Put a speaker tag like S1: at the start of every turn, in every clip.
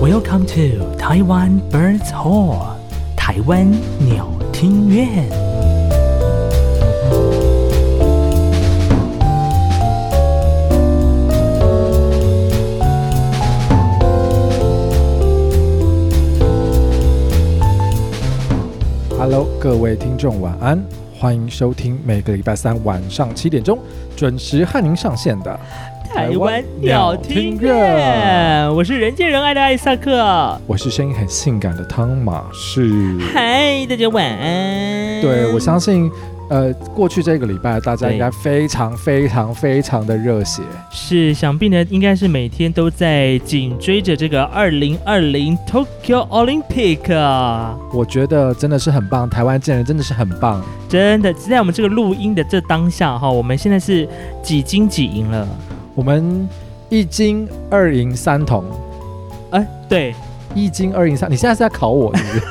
S1: Welcome to Taiwan Birds Hall，台湾鸟听院。
S2: Hello，各位听众晚安，欢迎收听每个礼拜三晚上七点钟准时和您上线的。
S1: 台湾鸟听院，我是人见人爱的艾萨克。
S2: 我是声音很性感的汤马士。
S1: 嗯嗨，大家晚安。
S2: 对，我相信，呃，过去这个礼拜大家应该非常非常非常的热血。
S1: 是，想必呢，应该是每天都在紧追着这个二零二零 Tokyo Olympic 啊。
S2: 我觉得真的是很棒，台湾健人真的是很棒。
S1: 真的，在我们这个录音的这当下哈，我们现在是几金几银了？
S2: 我们一金二银三铜，
S1: 哎，对，
S2: 一金二银三。你现在是在考我是不是？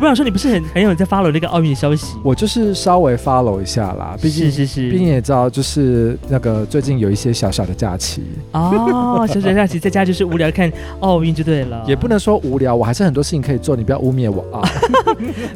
S1: 我想说你不是很很有在 follow 那个奥运的消息？
S2: 我就是稍微 follow 一下啦，毕竟
S1: 是是是，
S2: 毕竟也知道，就是那个最近有一些小小的假期，
S1: 哦，小小假期在家就是无聊看奥运就对了，
S2: 也不能说无聊，我还是很多事情可以做，你不要污蔑我 啊！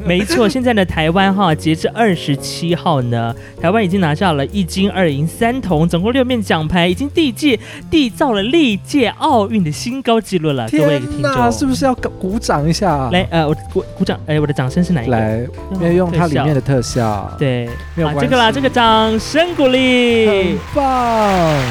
S1: 没错，现在呢，台湾哈，截至二十七号呢，台湾已经拿下了一金、二银、三铜，总共六面奖牌，已经缔界缔造了历届奥运的新高纪录了。各位听众，
S2: 是不是要鼓鼓掌一下？
S1: 啊来，呃，我鼓鼓掌，哎、我的掌声是哪一个？
S2: 来，
S1: 哦，
S2: 没有用它里面
S1: 特效。
S2: 的特效，，
S1: 对，
S2: 没有
S1: 啊，
S2: 关系嗯
S1: 这个啦，这个掌声鼓励
S2: 很，棒。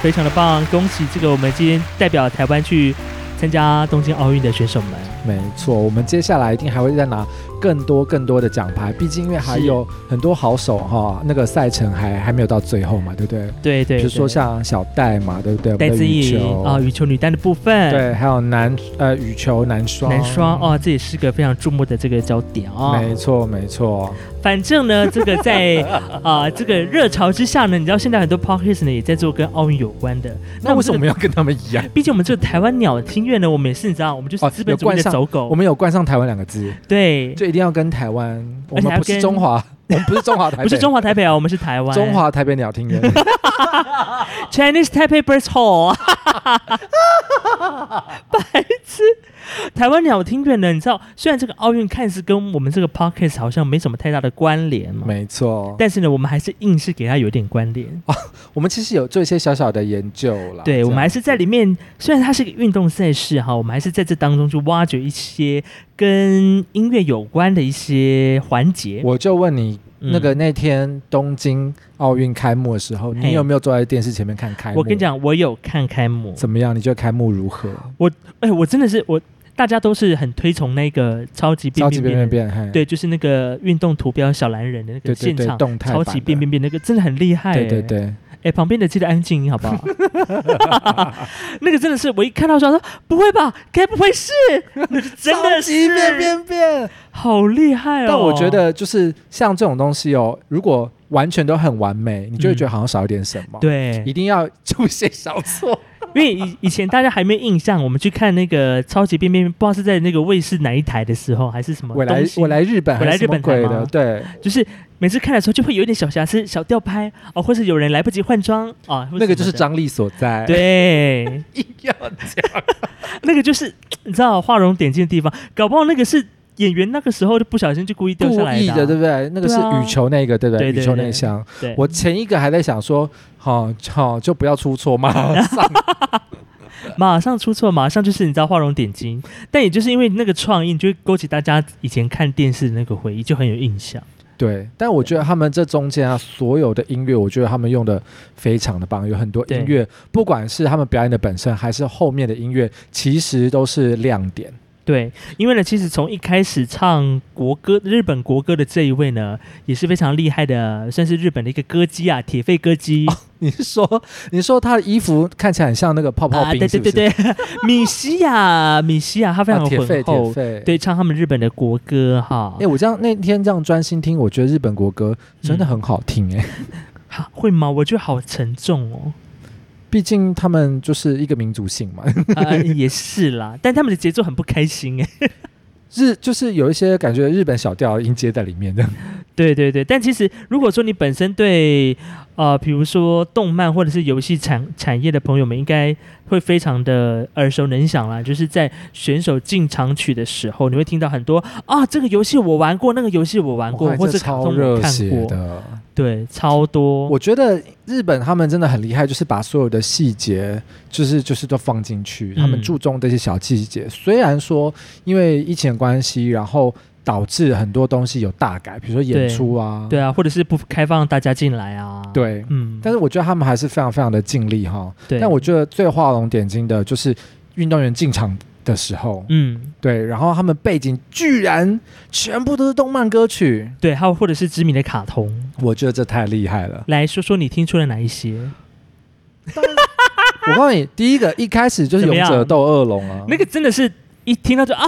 S1: 非常的棒，恭喜这个我们今天代表台湾去参加东京奥运的选手们。
S2: 没错，我们接下来一定还会再拿更多更多的奖牌，毕竟因为还
S1: 是
S2: 有很多好手哈、那个赛程还还没有到最后嘛，对不对？
S1: 对对
S2: 比如说
S1: 对
S2: 像小戴嘛，对不对？我
S1: 戴
S2: 们
S1: 资
S2: 的羽
S1: 颖
S2: 球
S1: 啊，，羽球女单的部分，。
S2: 对，还有男呃羽球男双，
S1: 男双哦，这也是个非常注目的这个焦点啊、
S2: 没错，没错，
S1: 反正呢，这个 在啊、这个热潮之下呢，你知道现在很多 podcast 呢也在做跟奥运有关的。 我
S2: 那为
S1: 们
S2: 什
S1: 这
S2: 么
S1: 个？
S2: 要跟他们 一样？
S1: 毕竟我们这个台湾鸟听乐呢，我们也是你知道，我们就是
S2: 哦
S1: 资本
S2: 有
S1: 主义
S2: 冠
S1: 的
S2: 上
S1: 走狗。
S2: 我们有冠上台湾两个字，
S1: 对，
S2: 就一定要跟台湾，我
S1: 而且
S2: 们
S1: 还
S2: 不是
S1: 跟
S2: 中华，我们不是中华台北，
S1: 不是中华台北啊，我们是台湾。
S2: 中华台北鸟听人，
S1: Chinese Taipei Birds Hall，白痴！台湾鸟听乐呢，你知道，虽然这个奥运看似跟我们这个 podcast 好像没什么太大的关联嘛，
S2: 没错。
S1: 但是呢，我们还是硬是给它有一点关联。
S2: 我们其实有做一些小小的研究啦，哦这
S1: 对，
S2: 样
S1: 我们还是在里面，虽然它是个运动赛事哈，我们还是在这当中去挖掘一些跟音乐有关的一些环节。
S2: 我就问你，
S1: 嗯
S2: 那个那天东京奥运开幕的时候，
S1: 嘿
S2: 你有没有坐在电视前面看开幕？
S1: 我跟你，讲，我有看开幕，
S2: 怎么样？你觉得开幕如何？
S1: 哎、我真的是我，大家都是很推崇那个超级变
S2: 超级
S1: 变变
S2: 变变
S1: 的，
S2: 变，嘿，
S1: 对，就是那个运动图标小蓝人的那个
S2: 对对
S1: 现
S2: 对，
S1: 场。
S2: 动态
S1: 超
S2: 版
S1: 级
S2: 的
S1: 变变，变那个真的很厉害、
S2: 对对。对，
S1: 哎、旁边的记得安静音好不好？ 那个真的是我一看到就想说不会吧，该不会 是？那是真的
S2: 超级
S1: 是
S2: 变变变。
S1: 好厉害哦！
S2: 但我觉得就是像这种东西哦，如果完全都很完美，你就会觉得好像少一点什么。。
S1: 嗯对
S2: 一，定要出些小错，
S1: 因为以以前大家还没印象，我们去看那个《超级变变变》，不知道是在那个卫视哪一台的时候，还是什么
S2: 我来
S1: 东西
S2: 我来日本，
S1: 我来
S2: 还是
S1: 日本
S2: 什么鬼
S1: 台
S2: 的
S1: 吗，
S2: 对，
S1: 就是每次看的时候就会有一点小瑕疵、小掉拍哦，或是有人来不及换装啊，或
S2: 那个就是
S1: 什么
S2: 张力所在。
S1: 的。，对，
S2: 硬 要讲，
S1: 那个就是你知道画龙点睛的地方，搞不好那个是演员那个时候就不小心就故意 掉下
S2: 故
S1: 来
S2: 意
S1: 啊
S2: 的，对不对？那个是
S1: 对啊
S2: 羽球那个，对不对？
S1: 对对
S2: 羽球
S1: 对
S2: 那一项，
S1: 对，
S2: 我前一个还在想说，好好就不要出 错嘛。
S1: 马上出错，马上就是你知道画龙点睛，但也就是因为那个创意，就会勾起大家以前看电视的那个回忆，就很有印象。
S2: 对，但我觉得他们这中间啊，所有的音乐，我觉得他们用的非常的棒，有很多音乐，不管是他们表演的本身，还是后面的音乐，其实都是亮点。
S1: 对，因为呢，其实从一开始唱国歌、日本国歌的这一位呢，也是非常厉害的，算是日本的一个歌姬啊，铁肺歌姬、
S2: 你是说， 你是说他的衣服看起来很像那个泡泡
S1: 啊，
S2: 冰，
S1: 对
S2: 是
S1: 对
S2: 不是？
S1: 对对，米西亚，米西亚，她非常
S2: 啊，铁
S1: 浑
S2: 肺铁
S1: 厚，
S2: 肺。
S1: 对，唱他们日本的国歌哈
S2: 哎、，我这样那天这样专心听，我觉得日本国歌真的很好听
S1: 嗯
S2: 哎、
S1: 哈会吗？我觉得好沉重哦，
S2: 毕竟他们就是一个民族性嘛，
S1: 呃啊，也是啦，但他们的节奏很不开心哎，
S2: 日就是有一些感觉日本小调音阶在里面的。
S1: 对对对，但其实如果说你本身对呃，比如说动漫或者是游戏产产业的朋友们，应该会非常的耳熟能详啦。就是在选手进场曲的时候，你会听到很多啊，这个游戏我玩过，那个游戏我玩过，
S2: 哇
S1: 或者
S2: 这
S1: 卡
S2: 超
S1: 通
S2: 热
S1: 我看
S2: 血
S1: 过，
S2: 的。
S1: 对，超多。
S2: 我觉得日本他们真的很厉害，就是把所有的细节，就是就是都放进去，他们
S1: 嗯
S2: 注重这些小细节。虽然说因为疫情的关系，然后导致很多东西有大改，比如说演
S1: 对
S2: 出啊，
S1: 对啊，或者是不开放大家进来啊。，
S2: 对
S1: 嗯，
S2: 但是我觉得他们还是非常非常的尽力哈。
S1: 对，
S2: 但我觉得最画龙点睛的就是运动员进场的时候，
S1: 嗯，
S2: 对，然后他们背景居然全部都是动漫歌曲，
S1: 对，还有或者是知名的卡通，
S2: 我觉得这太厉害了。
S1: 来说说你听出了哪一些？
S2: 嗯我告诉你，第一个一开始就是
S1: 啊怎么
S2: 勇
S1: 样
S2: 者斗恶龙啊，
S1: 那个真的是一听到就啊，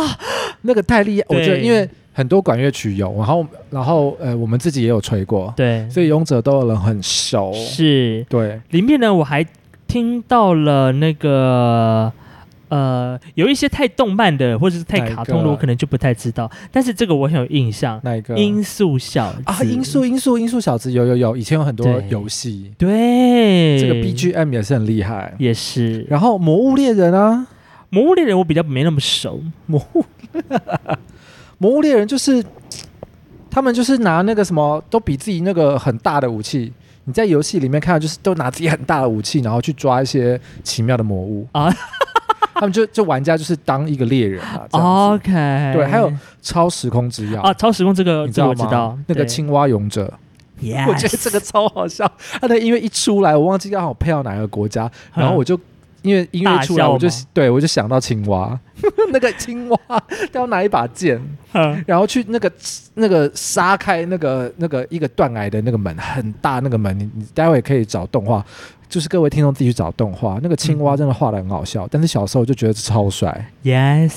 S2: 那个太厉害，我
S1: 对
S2: 觉得因为很多管乐曲有，然后然后呃，我们自己也有吹过，
S1: 对，
S2: 所以勇者斗恶龙很熟。
S1: 是
S2: 对，
S1: 里面呢，我还听到了那个呃，有一些太动漫的或者是太
S2: 哪一
S1: 卡通的，
S2: 个
S1: 我可能就不太知道，但是这个我很有印象，
S2: 那一个
S1: 音速小子
S2: 啊，音速音速音速小子有有有，以前有很多
S1: 对
S2: 游戏，
S1: 对
S2: 这个 BGM 也是很厉害。
S1: 也是《
S2: 然后魔物猎人啊，
S1: 魔物猎人》，我比较没那么熟，
S2: 魔物魔物猎人就是他们就是拿那个什么，都比自己那个很大的武器。你在游戏里面看到，就是都拿自己很大的武器，然后去抓一些奇妙的魔物
S1: 啊
S2: 啊。他们就就玩家就是当一个猎人啊，这样子
S1: OK，对
S2: 对还有超时空之钥
S1: 啊，，超时空这个
S2: 你
S1: 这个我
S2: 吗？
S1: 知道，
S2: 那个
S1: 对
S2: 青蛙勇者，
S1: ，yes,
S2: 我觉得这个超好笑。啊他的音乐一出来，我忘记刚好配到哪个国家，然后我就因为音乐出
S1: 嗯大
S2: 来，
S1: 笑
S2: 我就
S1: 吗
S2: 对我就想到青蛙， 那个青蛙要拿一把剑，
S1: 嗯
S2: 然后去那个那个杀开那个那个一个断崖的那个门，很大那个门，你你待会可以找动画。就是各位听众自己去找动画，那个青
S1: 嗯
S2: 蛙真的画的很好笑，但是小时候就觉得超帅。
S1: yes，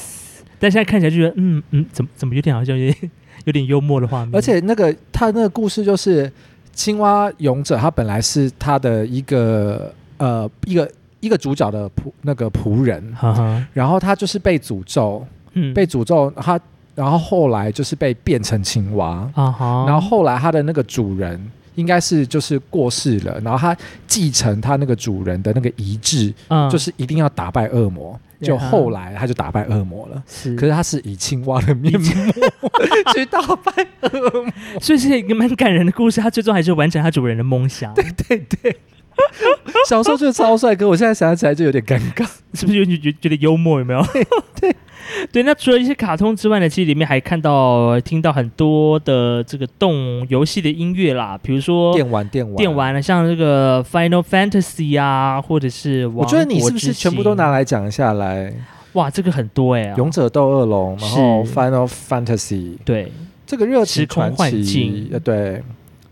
S1: 但现在看起来就觉得嗯嗯，怎么怎么有点好像有点 有点幽默的画面，
S2: 而且那个他那个故事就是青蛙勇者，他本来是他的一个呃一个一个主角的仆那个仆人，
S1: 哈哈，
S2: 然后他就是被诅咒，
S1: 嗯，
S2: 被诅咒他，然后后来就是被变成青蛙，
S1: 啊哈，
S2: 然后后来他的那个主人。应该是就是过世了，然后他继承他那个主人的那个遗志，
S1: 嗯
S2: 就是一定要打败恶魔。
S1: Yeah
S2: 就后来他就打败恶魔了，
S1: 是，
S2: 可是他是以青蛙的面目 去打败恶魔。
S1: 所以是一个蛮感人的故事，他最终还是完成他主人的梦想，
S2: 对对，小时候觉得超帅哥，我现在想起来就有点尴尬。
S1: 是不是有点觉觉得幽默？有 没有？对 对，那除了一些卡通之外呢，其实里面还看到、听到很多的这个动游戏的音乐啦，比如说
S2: 电玩电玩
S1: 电，玩了，像这个 Final Fantasy 啊，或者是
S2: 我觉得你是不是全部都拿
S1: 来？
S2: 来讲下来？
S1: 哇，这个很多哎、
S2: 勇者斗恶龙，然后
S1: 是
S2: Final Fantasy
S1: 对
S2: 这个热情
S1: 时空
S2: 传
S1: 幻
S2: 奇
S1: 境，
S2: 呃，对，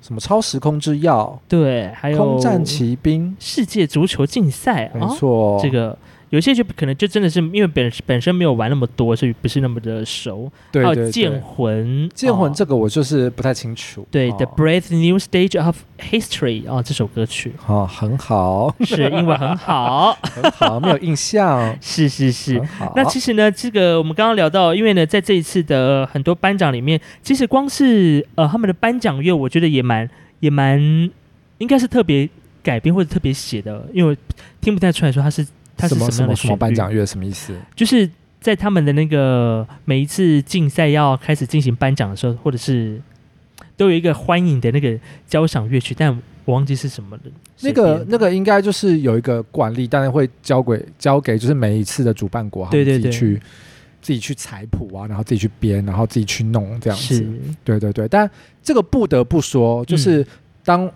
S2: 什么超时空之钥、
S1: 对，还有
S2: 空战骑兵，
S1: 世界足球竞赛
S2: 没
S1: 啊，
S2: 错，
S1: 这个有些就可能就真的是因为本本身没有玩那么多，所以不是那么的熟。
S2: 对
S1: 还
S2: 对
S1: 有
S2: 对，
S1: 哦剑魂，
S2: 剑魂
S1: 哦
S2: 这个我就是不太清楚。
S1: 对、
S2: 哦
S1: The Brave New Stage of History 哦，这首歌曲
S2: 哦，很好，
S1: 是英文很 好，，
S2: 很好，没有印象
S1: 是是 是
S2: 很。好。
S1: 那其实呢，这个我们刚刚聊到，因为呢，在这一次的很多颁奖里面，其实光是呃他们的颁奖乐，我觉得也蛮也蛮应该是特别改编或者特别写的，因为我听不太出来说它是它是
S2: 什么
S1: 什
S2: 什
S1: 么样的
S2: 么什么
S1: 旋律
S2: 颁奖乐什么意思？
S1: 就是在他们的那个每一次竞赛要开始进行颁奖的时候，或者是都有一个欢迎的那个交响乐曲，但我忘记是什么了。
S2: 那个
S1: 谁编的
S2: 那个应该就是有一个惯例，当然会交给交给就是每一次的主办国，他们
S1: 对对对
S2: 自己去自己去采谱啊，然后自己去编，然后自己去弄这样
S1: 是
S2: 子。对对对，但这个不得不说，
S1: 嗯
S2: 就是当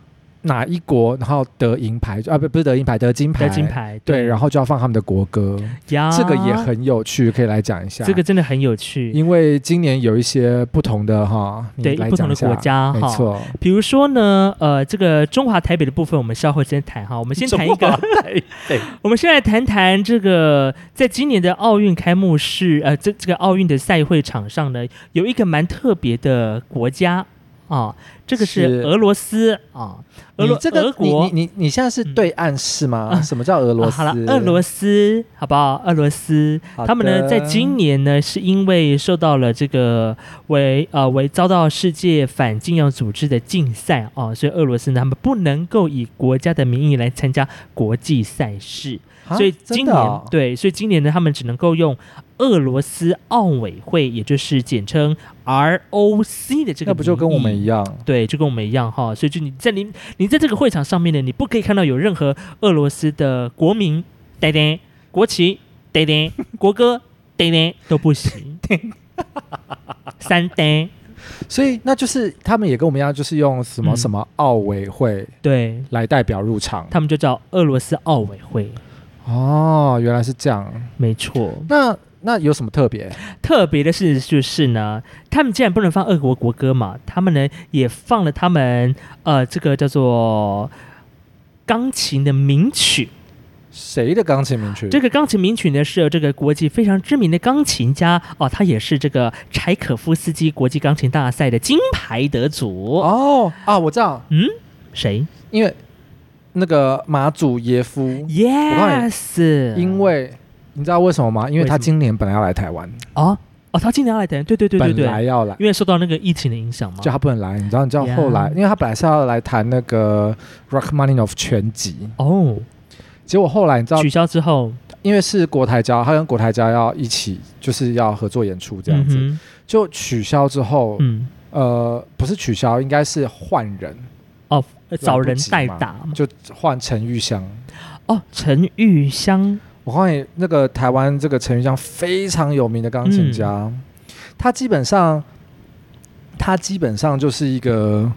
S2: 哪一国然后得银牌啊，不不是得银牌，得金牌，
S1: 得金。牌，
S2: 对，然后就要放他们的国歌，
S1: 呀，
S2: 这个也很有趣，可以来讲一下。
S1: 这个真的很有趣。
S2: 因为今年有一些不同的哈，你
S1: 对
S2: 来
S1: 不
S2: 讲
S1: 同的
S2: 一下
S1: 国家
S2: 没
S1: 哈
S2: 错。
S1: 比如说呢，呃，这个中华台北的部分，我们稍后先谈哈。我们先谈一
S2: 中华
S1: 个， 我们先来谈谈这个，在今年的奥运开幕式，呃，这这个奥运的赛会场上呢，有一个蛮特别的国家啊，这个是
S2: 是
S1: 俄罗斯啊，俄
S2: 你
S1: 罗
S2: 这个
S1: 俄
S2: 你
S1: 国嗯
S2: 你你你现在是对岸是吗？什么叫俄罗斯？
S1: 啊好了，俄罗斯好不好？俄罗斯
S2: 好
S1: 他们呢，
S2: 的
S1: 在今年呢，是因为受到了这个为呃为遭到世界反禁药组织的禁赛哦，所以俄罗斯呢，他们不能够以国家的名义来参加国际赛事，
S2: 啊
S1: 所以
S2: 真
S1: 今
S2: 的
S1: 年、
S2: 哦
S1: 对，所以今年呢，他们只能够用俄罗斯奥委会，也就是简称 ROC 的这个，
S2: 那不就跟我们一
S1: 样？
S2: 样？
S1: 对，就跟我们一样哈，所以就你在你你在这个会场上面呢，你不可以看到有任何俄罗斯的国民呆呆、国旗呆呆、国歌呆呆都不行，三呆
S2: 所以那就是他们也跟我们一样，就是用什么
S1: 嗯
S2: 什么奥委会
S1: 对。
S2: 来代表入场。
S1: 他们就叫俄罗斯奥委会，
S2: 哦，原来是这样。
S1: 没错。
S2: 那那有什么特别？
S1: 特别的是，就是呢，他们既然不能放俄国国歌嘛，他们呢也放了他们呃这个叫做钢琴的名曲，
S2: 谁的钢琴名曲？
S1: 这个钢琴名曲呢，是由这个国际非常知名的钢琴家哦，他也是这个柴可夫斯基国际钢琴大赛的金牌得主。
S2: 哦啊，我知道，
S1: 嗯，谁
S2: 因为那个马祖耶夫，告
S1: ？Yes，
S2: 因为你知道为什么吗？因为他
S1: 为什么
S2: 今年本来要来台湾，
S1: 哦哦，他今年要来台湾，对对对对
S2: 本来
S1: 对，
S2: 要来，
S1: 因为受到那个疫情的影响嘛
S2: 就。他不能来，你知道？你知道
S1: Yeah
S2: 后来，因为他本来是要来弹那个 Rachmaninoff 全集，
S1: 哦，
S2: 结果后来你知道
S1: 取，消之后，
S2: 因为是国台交，他跟国台交要一起就是要合作演出这样
S1: 嗯
S2: 子，
S1: 哼，
S2: 就取消之后，
S1: 嗯，
S2: 呃，不是取消，应该是换人，
S1: 哦，呃
S2: 及
S1: 找人代
S2: 嘛
S1: 打嘛
S2: 就换陈玉香。
S1: 哦，陈玉香，
S2: 我告诉你，那个台湾这个陈玉香非常有名的钢琴家，
S1: 嗯
S2: 他基本上，他基本上就是一个，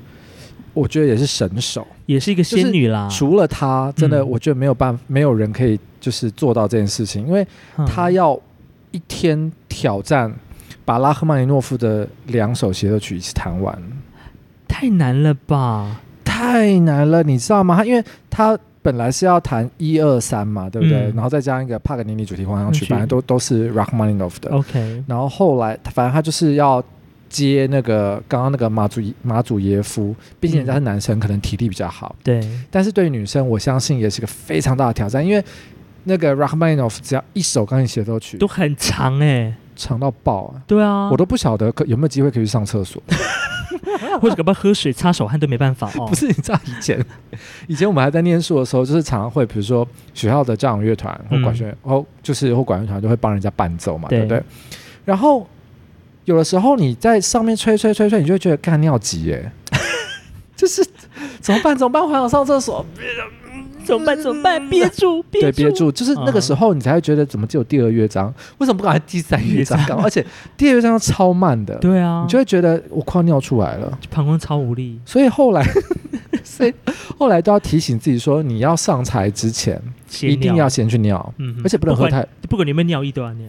S2: 我觉得也是神手。
S1: 也是一个
S2: 就是
S1: 仙女啦。
S2: 除了他，真的
S1: 啊嗯
S2: 我觉得没有办法，没有人可以就是做到这件事情，因为
S1: 嗯
S2: 他要一天挑战把拉赫曼尼诺夫的两首协奏曲一起弹完，
S1: 太难了吧？
S2: 太难了，你知道吗？他因为他本来是要弹一二三嘛，对不对？
S1: 嗯
S2: 然后再加上一个帕格尼尼主题狂想
S1: 嗯哦
S2: 曲，反正都都是 Rachmaninoff 的。
S1: OK，
S2: 然后后来，反正他就是要接那个刚刚那个马祖马祖耶夫，毕竟人家是男
S1: 嗯
S2: 生，可能体力比较好。
S1: 对，
S2: 但是对于女生，我相信也是个非常大的挑战，因为那个 Rachmaninoff 只要一首钢琴协奏曲
S1: 都很长哎、
S2: 长到爆、啊，
S1: 对啊，
S2: 我都不晓得可有没有机会可以去上厕所。
S1: 或者搞不好喝水、擦手汗都没办法哦。
S2: 不是你知道以前， 以前我们还在念书的时候，就是常常会，比如说学校的交响乐团或管弦，乐，哦，就是或管乐团就会帮人家伴奏嘛，
S1: 对
S2: 对不对？然后有的时候你在上面吹吹吹吹，你就会觉得干尿急耶， 就是怎么办？怎么办？我想上厕所，
S1: 怎么办？怎么办？憋住，憋
S2: 对，
S1: 住，
S2: 憋住，就是那个时候你才会觉得怎么只有第二乐章，为什么不赶快第三乐章
S1: 第三？
S2: 赶快而且第二乐章超慢的，
S1: 对啊，
S2: 你就会觉得我快要尿出来了。
S1: 膀胱超无力。
S2: 所以后来，所以后来都要提醒自己说，你要上台之前
S1: 血
S2: 一定
S1: 尿
S2: 要，先去尿，
S1: 嗯哼，
S2: 而且不能喝太，
S1: 不管，不管你们尿意都要尿，，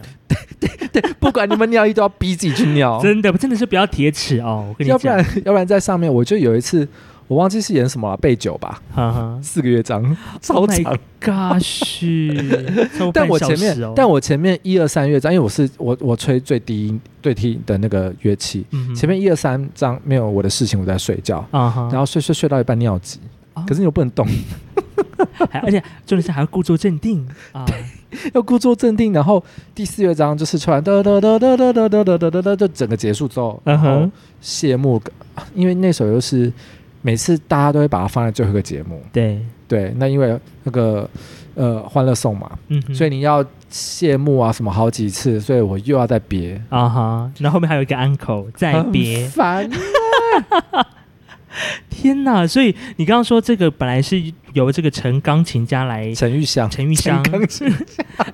S2: 不管你们尿意都要逼自己去 尿
S1: 真的，真的是不要铁齿哦。我跟你
S2: 要不
S1: 讲
S2: 然，要不然在上面，我就有一次我忘记是演什么了，背酒吧，
S1: 哈哈
S2: 四个乐章， 超
S1: Oh my
S2: 长。
S1: ，Gosh，超过
S2: 但
S1: 半
S2: 我
S1: 小
S2: 前面
S1: 时，哦
S2: 但我前面一二三乐章，因为我是我我吹最低音最低的那个乐器，
S1: 嗯哼
S2: 前面一二三章没有我的事情，我在睡觉，
S1: 啊哈，
S2: 然后睡睡睡到一半尿急
S1: 啊，
S2: 可是你又不能动，
S1: 还而且重点是还要故作镇 定啊，
S2: 要故作镇定，然后第四乐章就是突然哒哒哒哒哒哒哒哒哒哒哒，就整个结束之后，
S1: 嗯
S2: 然
S1: 哼
S2: 后谢幕，因为那首又是每次大家都会把它放在最后一个节目，
S1: 对，
S2: 对，那因为那个呃欢乐颂嘛，
S1: 嗯哼，
S2: 所以
S1: 以
S2: 你要谢幕啊什么好几次，所以我又要再憋，
S1: 啊哈，然后后面还有一个 uncle 再别
S2: 很，烦，
S1: 天哪！所以你刚刚说这个本来是由这个陈钢琴家来
S2: 陈玉香，
S1: 陈玉香
S2: 陈钢琴，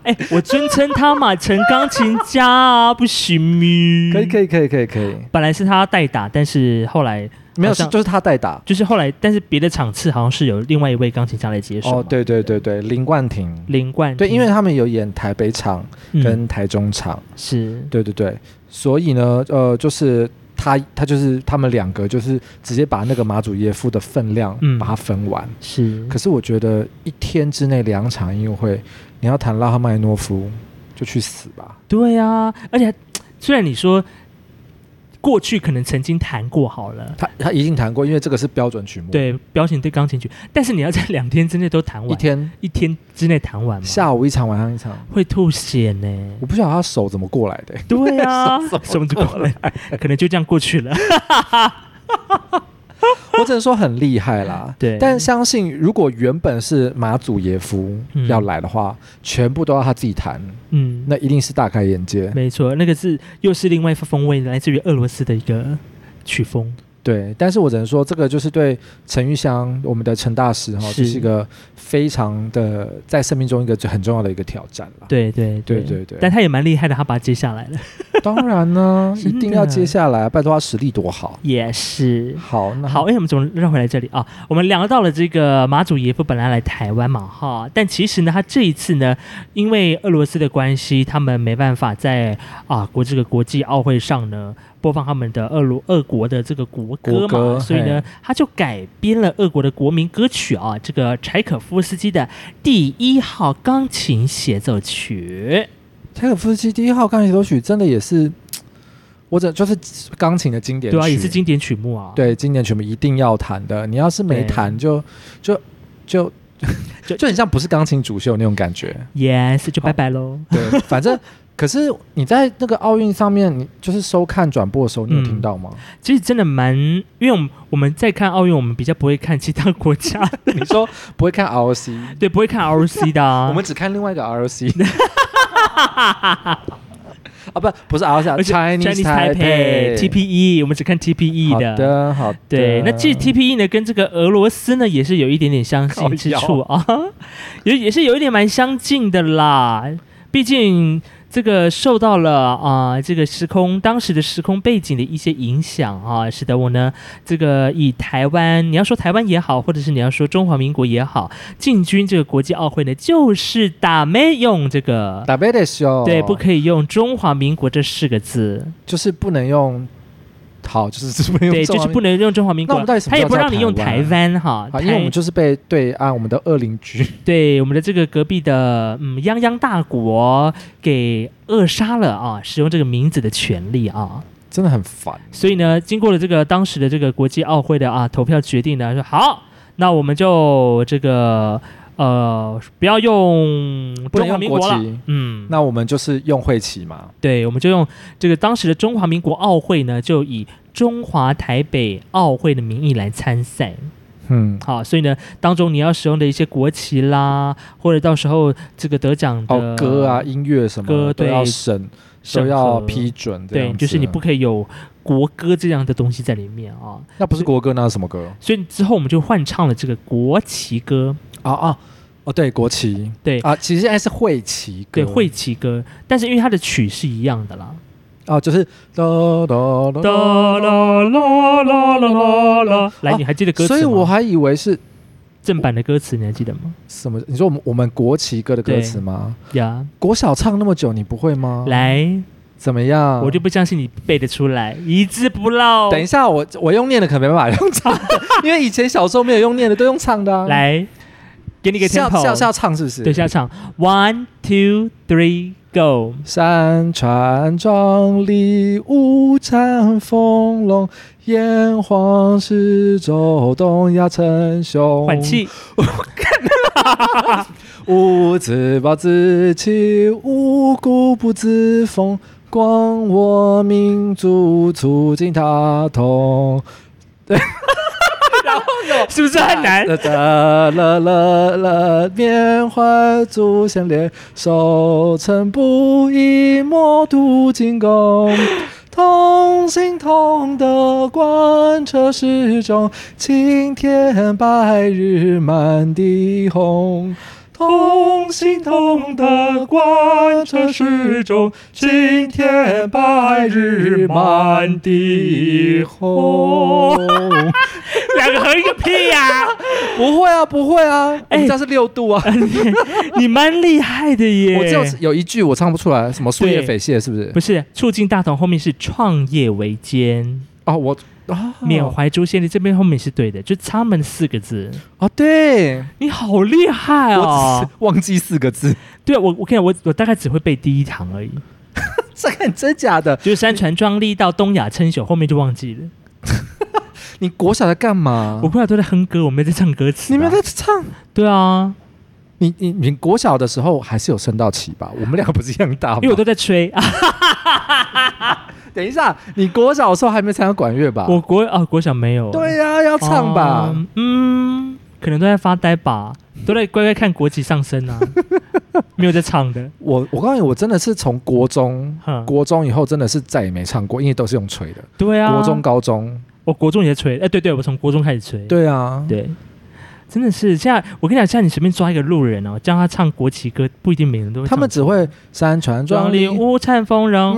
S1: 哎、我尊称他嘛，陈钢琴家啊，不行咪？
S2: 可以可
S1: 以。
S2: 以可以可以可以，
S1: 本来是他代打，但是后来
S2: 没有
S1: 好
S2: 是
S1: 像
S2: 就是他代打，
S1: 就是后来，但是别的场次好像是有另外一位钢琴家来接手。
S2: 哦，，对对对对，林冠廷，
S1: 林冠廷
S2: 对，因为他们有演台北场跟台中场。
S1: 嗯、是
S2: 对对对，所以呢，呃，就是他他就是他们两个就是直接把那个马祖耶夫的分量
S1: 嗯
S2: 把它分完。
S1: 是
S2: 可是我觉得一天之内两场音乐会，你要谈拉赫曼尼诺夫就去死吧。
S1: 对啊，而且虽然你说过去可能曾经弹过好了，
S2: 他他一定弹过，因为这个是标准曲目。，
S1: 对，表演对钢琴曲，但是你要在两天之内都弹完，
S2: 一天
S1: 一天之内弹完吗？
S2: 下午一场，晚上一场。
S1: 会吐血呢
S2: 我。不晓得他手怎么过来的、欸
S1: 对啊，什么过来， 可能就这样过去了。
S2: 我只能说很厉害啦。
S1: 对
S2: 但相信如果原本是马祖耶夫
S1: 嗯
S2: 要来的话，全部都要他自己弹，
S1: 嗯，
S2: 那一定是大开眼界。
S1: 没错，那个是又是另外一番风味，来自于俄罗斯的一个曲风。
S2: 对，但是我只能说，这个就是对陈玉香，我们的陈大师哈，
S1: 是
S2: 就是一个非常的在生命中一个很重要的一个挑战啦。
S1: 对对
S2: 对对对
S1: 但他也蛮厉害的，他把它接下来了。
S2: 当然呢，
S1: 真
S2: 一
S1: 的
S2: 定要接下来，拜托他实力多好。
S1: 也是。
S2: 好，那
S1: 好，哎、我们怎么绕回来这里啊？我们聊到了这个马祖耶夫本来来台湾嘛，哈，但其实呢，他这一次呢，因为俄罗斯的关系，他们没办法在啊国这个国际奥会上呢播放他们的俄罗俄国的这个国歌嘛，
S2: 国歌
S1: 所以呢，他就改编了俄国的国民歌曲啊，这个柴可夫斯基的第一号钢琴协奏曲。
S2: 柴可夫斯基第一号钢琴协奏曲真的也是，我只就是钢琴的经典曲，
S1: 对啊，也是经典曲目啊。，
S2: 对经典曲目一定要弹的。你要是没
S1: 对
S2: 弹，就就就
S1: 就
S2: 就很像不是钢琴主秀那种感觉。
S1: ，yes，就拜拜喽。
S2: 对，反正可是你在那个奥运上面，你就是收看转播的时候，你有
S1: 嗯
S2: 听到吗？
S1: 其实真的蛮，因为我们我们在看奥运，我们比较不会看其他国 家，
S2: 你说不会看 ROC，
S1: 对，不会看 ROC 的、 啊。
S2: 我们只看另外一 个 ROC。啊，不，不是 ROC，啊
S1: 而且
S2: Chinese
S1: Taipei E， TPE，我们只看 TPE
S2: 好的，好的。
S1: 对，那其实 TPE 呢，跟这个俄罗斯呢，也是有一点点相
S2: 靠
S1: 近之
S2: 腰
S1: 处 啊，也也是有一点蛮相近的啦。毕竟这个受到了啊、这个时空当时的时空背景的一些影响啊，使得我呢，这个以台湾，你要说台湾也好，或者是你要说中华民国也好，进军这个国际奥会呢，就是打没用这个。
S2: 打贝的时候，
S1: 对，不可以用“中华民国”这四个字，
S2: 就是不能用，好，就是不能用，
S1: 对，就是不。能用“中华民
S2: 那我
S1: 国
S2: 们到”，底什么
S1: 他也
S2: 叫
S1: 不
S2: 做
S1: 让你用
S2: 台
S1: 台
S2: 湾
S1: 湾
S2: 啊
S1: 哈，
S2: 好，因为我
S1: 台
S2: 们就是被对啊岸我们的恶邻居，
S1: 对我们的这个隔壁的嗯泱泱大国给扼杀了啊，使用这个名字的权利啊。
S2: 真的很烦。
S1: 所以呢，经过了这个当时的这个国际奥会的啊投票决定呢，说好，那我们就这个呃不要用
S2: 不
S1: 中华
S2: 能用
S1: 民国
S2: 国
S1: 了
S2: 旗，
S1: 嗯，
S2: 那我们就是用会旗嘛，
S1: 对，我们就用这个当时的中华民国奥会呢，就以中华台北奥会的名义来参赛。
S2: 嗯，
S1: 好，所以呢，当中你要使用的一些国旗啦，或者到时候这个得奖的、
S2: 哦，歌啊，音乐什么
S1: 歌
S2: 都
S1: 对
S2: 要审，
S1: 审核
S2: 都要批，准，这
S1: 对
S2: 样，子啊
S1: 就是你不可以有国歌这样的东西在里面啊。
S2: 那不是国歌，那是什么歌？
S1: 所以之后我们就换唱了这个国旗歌，
S2: 啊啊哦，对，国旗，
S1: 对
S2: 啊，其实现在是会旗歌，
S1: 对，会旗歌，但是因为它的曲是一样的啦。
S2: 啊，就是哒哒哒
S1: 哒啦啦啦啦啦啦，来，
S2: 啊
S1: 你还记得歌词
S2: 所
S1: 吗？
S2: 以我还以为是
S1: 正版的歌词你还记得吗？
S2: 什么？你说我们我们国旗歌的歌词吗？
S1: 呀，
S2: 国小唱那么久，你不会吗？，
S1: 来，
S2: 怎么样？
S1: 我就不相信你背得出来，一字不漏。
S2: 等一下，我我用念的可没办法用唱的，因为以前小时候没有用念的，都用唱的、啊。，
S1: 来，给你个
S2: 是要
S1: tempo，
S2: 是要是要唱是不是？
S1: 对，下唱 one two three go。
S2: 山川壮丽，五产丰隆，炎黄是周，东亚称雄。
S1: 换气，
S2: 无自暴自弃，无故不自封，光我民族，促进他同。
S1: 是不是很 难？
S2: 啦啦啦啦啦，缅怀祖先烈，守城不易，莫图进攻。同心同德，贯彻始终，青天白日满地红。同心同德，贯彻始终，青天白日满地红。
S1: 两个合一个屁呀！
S2: 不会啊，不会啊，我
S1: 哎
S2: 们家是六度啊。
S1: 你蛮厉害的耶！
S2: 我只有有一句我唱不出来，什么树叶
S1: 对
S2: 匪蟹是不是？
S1: 不是促进大同，后面是创业维艰，
S2: 哦，我啊，
S1: 缅怀朱先烈这边后面是对的，就他们四个字。
S2: 哦，对，
S1: 你好厉害
S2: 我只
S1: 哦！
S2: 是忘记四个字。
S1: 啊对我，我跟你讲，我我大概只会背第一堂而已。
S2: 这看真假的？
S1: 就是山川壮丽到东亚称雄，后面就忘记了。
S2: 你国小在干嘛
S1: 我？不知道都在哼歌，啊我没有在唱歌词啊。
S2: 你们在唱？
S1: 对啊，
S2: 你你你国小的时候还是有升到旗吧？我们两个不是一样大吗？
S1: 因为我都在吹啊。
S2: 等一下，你国小的时候还没参加管乐吧？
S1: 我国啊国小没有，
S2: 对呀、要唱吧。
S1: 哦嗯，可能都在发呆吧，都在乖乖看国旗上升啊， 没有在唱的。
S2: 我我告诉你，我真的是从国中
S1: 哼
S2: 国中以后真的是再也没唱过，因为都是用吹的。
S1: 对啊，
S2: 国中、高中，
S1: 我国中也在吹，哎、对对，我从国中开始吹，
S2: 对啊，
S1: 对真的是现在，我跟你讲，现在你随便抓一个路人哦，叫他唱国旗歌，不一定每个人都会唱。
S2: 他们只会山川壮
S1: 壮
S2: 丽嗯
S1: 丽。屋灿风容，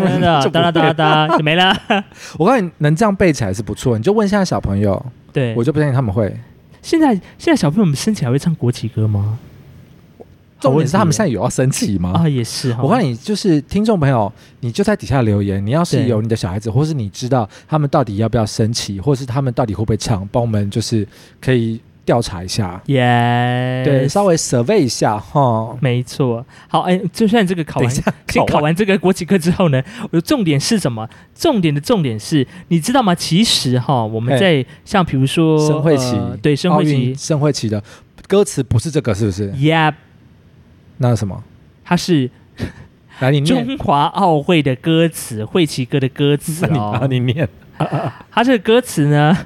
S1: 真的
S2: 的
S1: 哒哒哒哒就没 了。
S2: 我告诉你，能这样背起来是不错。你就问现在小朋友，
S1: 对，
S2: 我就不相信他们会。
S1: 现在现在小朋友们升起来会唱国旗歌吗？
S2: 重点是他们现
S1: 在
S2: 在有要生气吗？
S1: 啊，也是哈。
S2: 我告诉你，就是听众朋友，你就在底下留言。你要是
S1: 对
S2: 有你的小孩子，或是你知道他们到底要不要升旗，或是他们到底会不会唱，帮我们就是可以调查一下，
S1: 耶，
S2: 对，稍微 survey 一下哈。
S1: 没错。好，哎，就算这个考
S2: 等一
S1: 完，
S2: 下，
S1: 先考完这个国旗课之后呢，我的重点是什么？重点的重点是，你知道吗？其实哈，我们
S2: 嘿
S1: 在像比如说
S2: 盛会旗
S1: 呃对，盛
S2: 奥
S1: 会
S2: 运
S1: 旗
S2: 盛会旗的歌词不是这个，是不是？
S1: ，Yeah，
S2: 那是什么？
S1: 它是
S2: 来，你念，
S1: 中华奥会的歌词，会旗歌的歌词
S2: 那 你
S1: 哦
S2: 啊，。你念。
S1: 它这个歌词呢，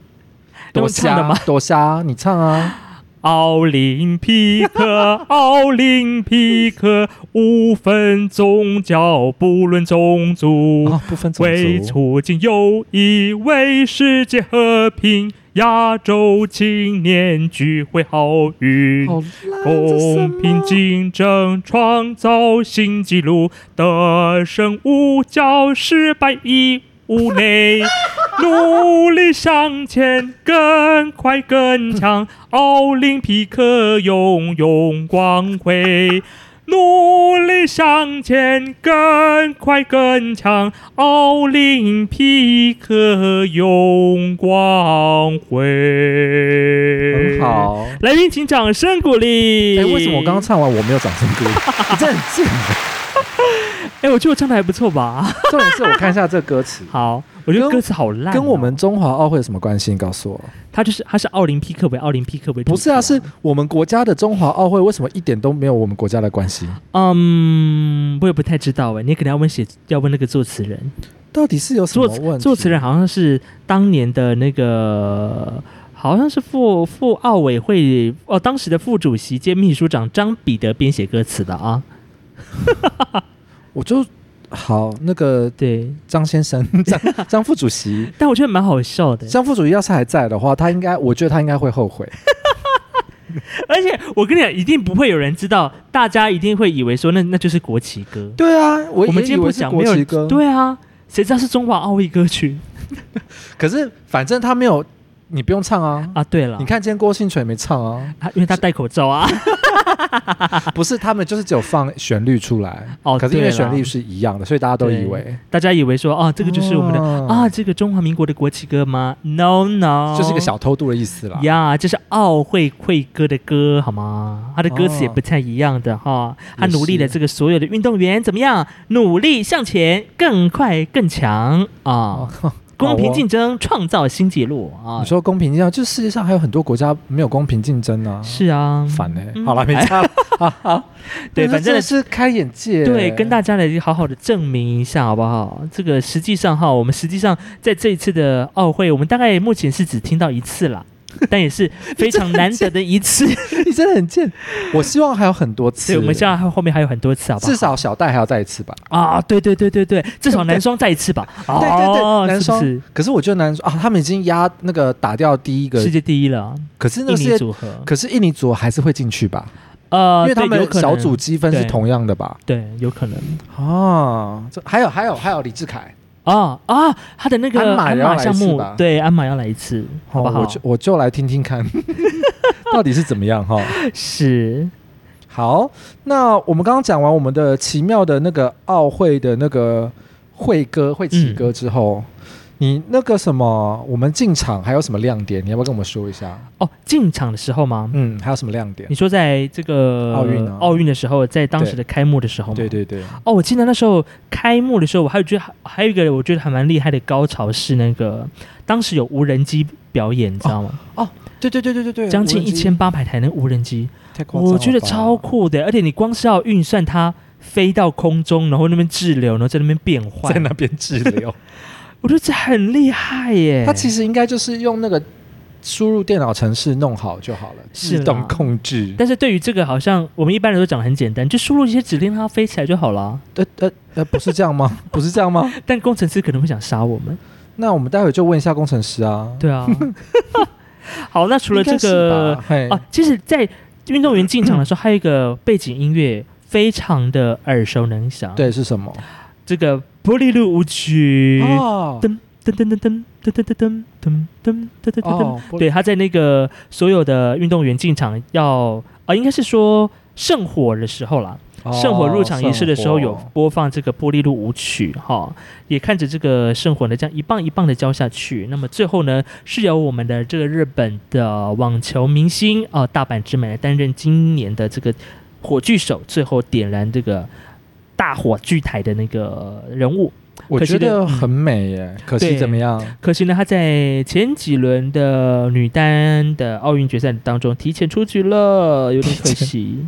S2: 多
S1: 用唱的
S2: 虾
S1: 吗？，
S2: 多虾，你唱啊！
S1: 奥林匹克，奥林匹克，无分宗教，不论种族。
S2: 啊，不分种
S1: 为
S2: 族。
S1: 促进友谊，为世界和平，亚洲青年聚会好运，
S2: 好烂，这是什
S1: 公平
S2: 么
S1: 竞争，创造新纪录，得胜五角，失败一无内，努力向前，更快更强，奥林匹克永永光辉。努力向前，更快更强，奥林匹克永光辉。
S2: 很。好。
S1: 来宾请掌声鼓励。
S2: 哎、为什么我刚刚？唱完我没有掌声 鼓励？你真的很贱。
S1: 哎、我觉得我唱的还不错吧？，
S2: 重点是我看一下这歌词
S1: 好，我觉得
S2: 跟
S1: 歌词好烂哦、
S2: 跟我们中华奥会有什么关系？你告诉我，
S1: 他就是他是奥林匹克为奥林匹克为主题
S2: 不是啊，是我们国家的中华奥会为什么一点都没有我们国家的关系？
S1: 嗯，我也不太知道哎、你可能要问写要问那个作词人，
S2: 到底是有什么
S1: 作
S2: 问题？
S1: 作词人好像是当年的那个。好像是副副奥委会哦，当时的副主席兼秘书长张彼得编写歌词的啊，
S2: 我就好那个
S1: 对，
S2: 张先 生，张张副主席，
S1: 但我觉得蛮好笑的。
S2: 张副主席要是还在的话，他应该，我觉得他应该会后悔。
S1: 而且我跟你讲，一定不会有人知道，大家一定会以为说那那就是国旗歌。
S2: 对啊，我
S1: 我们
S2: 也
S1: 今
S2: 以
S1: 天
S2: 为
S1: 不
S2: 是
S1: 讲，
S2: 国
S1: 没有
S2: 旗
S1: 人
S2: 歌，
S1: 对啊，谁知道是中华奥运歌曲
S2: 可是反正他没有，你不用唱啊。
S1: 啊？对了，
S2: 你看，今天郭幸存也没 唱啊，
S1: 他，因为他戴口罩啊。
S2: 不是他们就是只有放旋律出来，
S1: 哦
S2: 可是因为
S1: 对啦
S2: 旋律是一样的，所以大家都以为
S1: 大家以为说啊，这个就是我们的、
S2: 哦
S1: 啊，这个中华民国的国旗歌吗？No No，
S2: 就是一个小偷渡的意思啦。
S1: 呀这是奥会会歌的歌，好吗？他的歌词也
S2: 哦
S1: 不太一样的哈。他
S2: 也
S1: 努力的
S2: 是
S1: 这个所有的运动员怎么样？努力向前，更快更强 啊！公平竞争，创造新纪录啊
S2: 哦你！说公平竞争，就是世界上还有很多国家没有公平竞争呢、啊。
S1: 是啊，
S2: 烦呢、
S1: 嗯
S2: 好了，没差了。
S1: 对，
S2: 那
S1: 反正
S2: 真的是开眼界。
S1: 对，跟大家来好好的证明一下，好不好？这个实际上哈，我们实际上在这一次的奥会，我们大概目前是只听到一次啦，但也是非常难得的一次。
S2: 你真的很贱。我希望还有很多次。
S1: 对，我们现在还后面还有很多次，好不好？
S2: 至少小戴还要再一次吧。
S1: 啊，对对对对对，至少男双再一次吧。对
S2: 对对
S1: 哦、
S2: 男
S1: 是不
S2: 双
S1: 是
S2: 可是我觉得男啊，他们已经压那个打掉第一个
S1: 世，界第一了，
S2: 可是那
S1: 印
S2: 个
S1: 尼
S2: 世界，
S1: 组合。
S2: 可是印尼组还是会进去吧？
S1: 呃，
S2: 因为他
S1: 对有
S2: 们
S1: 可
S2: 小
S1: 能
S2: 组积分是
S1: 对
S2: 同样的吧？
S1: 对有可能
S2: 啊，这还有还有还有李志凯。
S1: 啊啊，他的那个
S2: 鞍马也要来一次
S1: 项目
S2: 吧，
S1: 对鞍马要来一次，好不
S2: 哦
S1: 好？
S2: 我就我就来听听看， 到底是怎么样哈。
S1: 是
S2: 好，那我们刚刚讲完我们嗯的奇妙的那个奥会的那个会歌、会旗歌之后，你那个什么，我们进场还有什么亮点？你要不要跟我们说一下？
S1: 哦，进场的时候吗？
S2: 嗯，还有什么亮点
S1: 你？说在这个
S2: 奥运啊
S1: 奥运的时候，在当时的开幕的时候吗？
S2: 对对对，
S1: 哦，我记得那时候开幕的时候，我还有觉得还还有一个我觉得还蛮厉害的高潮是那个当时有无人机表演，你知道吗？
S2: 对对对对对哦对，
S1: 将
S2: 无
S1: 近一
S2: 人机
S1: 千，八百台那个无人机，
S2: 太夸张了
S1: 我觉得
S2: 吧
S1: 超酷的，而且你光是要运算它飞到空中，然后那边滞留，然后在那边变换
S2: 在，那边滞留。
S1: 我觉得这很厉害耶。
S2: 它其实应该就是用那个输入电脑程式弄好就好了，
S1: 是啦
S2: 自动控制。
S1: 但是对于这个，好像我们一般人都讲得很简单，就输入一些指令，让它飞起来就好了。啊
S2: 呃呃呃，不是这样吗？不是这样吗？
S1: 但工程师可能会想杀我们。
S2: 那我们待会就问一下工程师啊。
S1: 对啊。 好，那除了这个
S2: 应该是吧，嘿哎
S1: 啊，其实，在运动员进场的时候，还有一个背景音乐非常的耳熟能详。，
S2: 嗯对是什么？
S1: 这个《玻璃路舞曲》
S2: 哦
S1: 噔噔噔噔噔噔噔噔噔噔噔噔噔噔
S2: 哦，玻璃
S1: 对，他在那个所有的运动员进场要啊，应该是说圣火的时候啦，
S2: 哦
S1: 圣火入场仪式的时候有
S2: 圣火
S1: 播放这个《玻璃路舞曲》哈，也看着这个圣火呢这样一棒一棒的浇下去。那么最后呢，是由我们的这个日本的网球明星啊、呃大阪直美来担任今年的这个火炬手，最后点燃这个大火炬台的那个人物。
S2: 我
S1: 可惜
S2: 觉
S1: 的
S2: 得
S1: 嗯
S2: 很美耶。可惜
S1: 对
S2: 怎么样？
S1: 可惜呢，他在前几轮的女单的奥运决赛当中提前出局了，有点可惜。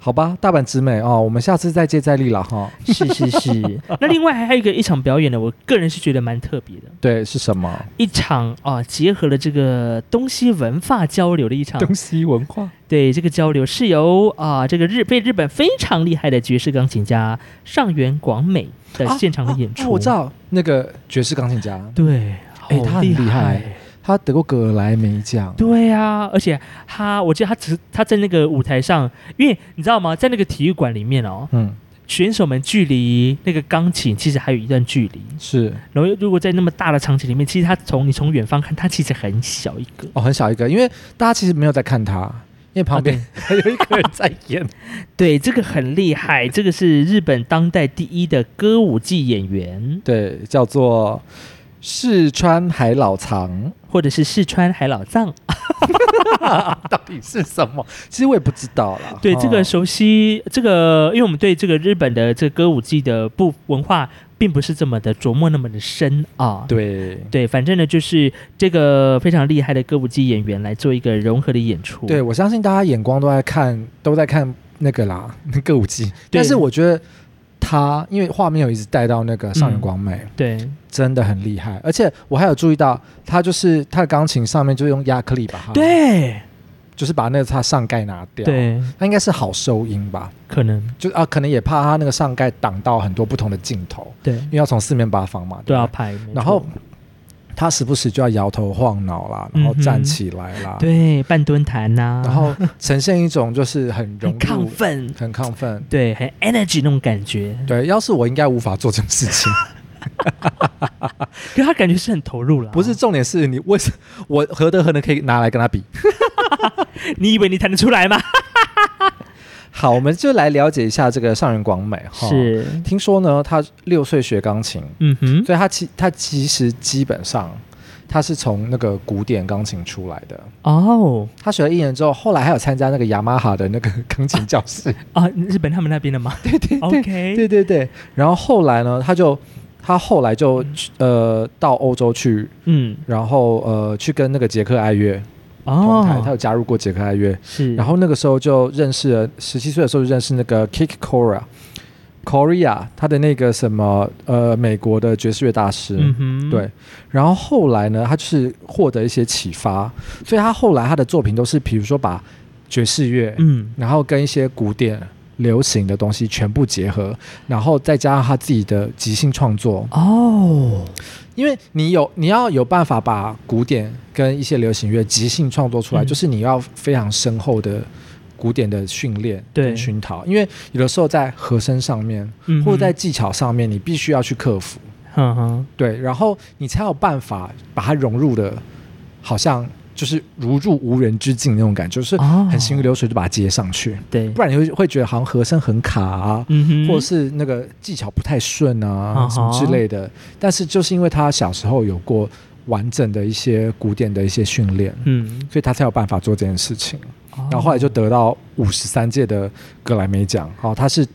S2: 好吧，大阪直美哦，我们下次再接再厉了哈。
S1: 是是是。那另外还有一个一场表演呢，我个人是觉得蛮特别的。
S2: 对，是什么
S1: 一场啊，结合了这个东西文化交流的一场。
S2: 西文化？
S1: 对，这个交流是由啊，这个日被日本非常厉害的爵士钢琴家上原广美的
S2: 啊
S1: 现场的演出。
S2: 哦我知。道那个爵士钢琴家，
S1: 对，好
S2: 哎他很
S1: 厉
S2: 厉害他得过格莱美奖。
S1: 对啊，而且他，我记得他只他在那个舞台上，因为你知道吗，在那个体育馆里面哦，
S2: 嗯，
S1: 选手们距离那个钢琴其实还有一段距离。
S2: 是
S1: 然后如果在那么大的场景里面，其实他从你从远方看，他其实很小一个。
S2: 哦，很小一个，因为大家其实没有在看他，因为
S1: 啊
S2: 旁边 还有一个人在演。
S1: 对，这个很厉害，这个是日本当代第一的歌舞伎演员，
S2: 对，叫做四川海老 藏，
S1: 或者是四川海老藏。
S2: 到底是什么？其实我也不知道啦。
S1: 对，
S2: 哦
S1: 这个熟悉，这个因为我们对这个日本的这个歌舞伎的不文化，并不是这么的琢磨那么的深啊。
S2: 对。
S1: 对，反正呢，就是这个非常厉害的歌舞伎演员来做一个融合的演出。
S2: 对，，我相信大家眼光都在看，都在看那个啦，那歌舞伎。
S1: 对
S2: 但是我觉得他，因为画面有一直带到那个
S1: 嗯
S2: 上原光美，
S1: 对，
S2: 真的很厉害。而且我还有注意到，他就是他的钢琴上面就是用亚克力把它，，
S1: 对，
S2: 就是把那个它上盖拿掉。，
S1: 啊对，啊
S2: 他应该是好收音吧？
S1: 可能，
S2: 就啊，可能也怕他那个上盖挡到很多不同的镜头，
S1: 对，
S2: 因为要从四面八方嘛。
S1: 都
S2: 对
S1: 要
S2: 吧？
S1: 拍。啊没
S2: 然后
S1: 错
S2: 他时不时就要摇头晃脑啦，然后
S1: 嗯哼
S2: 站起来啦，
S1: 对啊半蹲弹呐、
S2: 然后呈现一种就是很融
S1: 很
S2: 入、
S1: 亢奋，
S2: 很亢奋。
S1: 对，很 energy 那种感觉。
S2: 对，要是我应该无法做这种 事情。
S1: 可是他感觉是很投入了啊、
S2: 不是重点是你为什我何德何能可以拿来跟他比？
S1: 你以为你弹得出来吗？
S2: 好，我们就来了解一下这个上原广美哈。，
S1: 是，
S2: 听说呢，他六岁学钢琴，
S1: 嗯哼，
S2: 所以他其他其实基本上他是从那个古典钢琴出来的。
S1: 哦
S2: 他学了一年之后，后来还有参加那个雅马哈的那个 钢琴教 室。
S1: 啊，日本他们那边的吗？
S2: 对对对
S1: OK
S2: 对对对。然后后来呢，他就他后来就去呃到欧洲去，
S1: 嗯，
S2: 然后呃去跟那个捷克爱乐同台，他
S1: 哦，
S2: 有加入过捷克爱乐。
S1: 是，
S2: 然
S1: 后
S2: 后那个时候就认识了，十七岁的时候就认识那个 Kick Cora Korea，他的那个什么呃美国的爵士乐大师。
S1: 嗯哼，
S2: 对，然后后来呢，他就是获得一些启发，所以他后来他的作品都是，比如说把爵士乐，
S1: 嗯，
S2: 然后跟一些古典流行的东西全部结合，然后再加上他自己的即兴创作，
S1: 哦，
S2: 因为你有你要有办法把古典跟一些流行乐即兴创作出来，
S1: 嗯
S2: 就是你要非常深厚的古典的训练
S1: 对
S2: 跟熏陶，因为有的时候在和声上面
S1: 嗯哼，
S2: 或者在技巧上面，你必须要去克服，
S1: 哼哼，
S2: 对，然后你才有办法把它融入的，好像就是如入无人之境那种感觉，就是
S1: 哦
S2: 很行云流水就把它接上去，
S1: 对，
S2: 不然你会会觉得好像和声很卡啊，
S1: 嗯哼，
S2: 或者是那个技巧不太顺啊、
S1: 嗯哼
S2: 什么之类的。但是就是因为他小时候有过完整的一些古典的一些训练，
S1: 嗯，哦
S2: 所以他才有办法做这件事情。
S1: 然
S2: 然后后来就得到五十三届的格莱美奖，哦，他是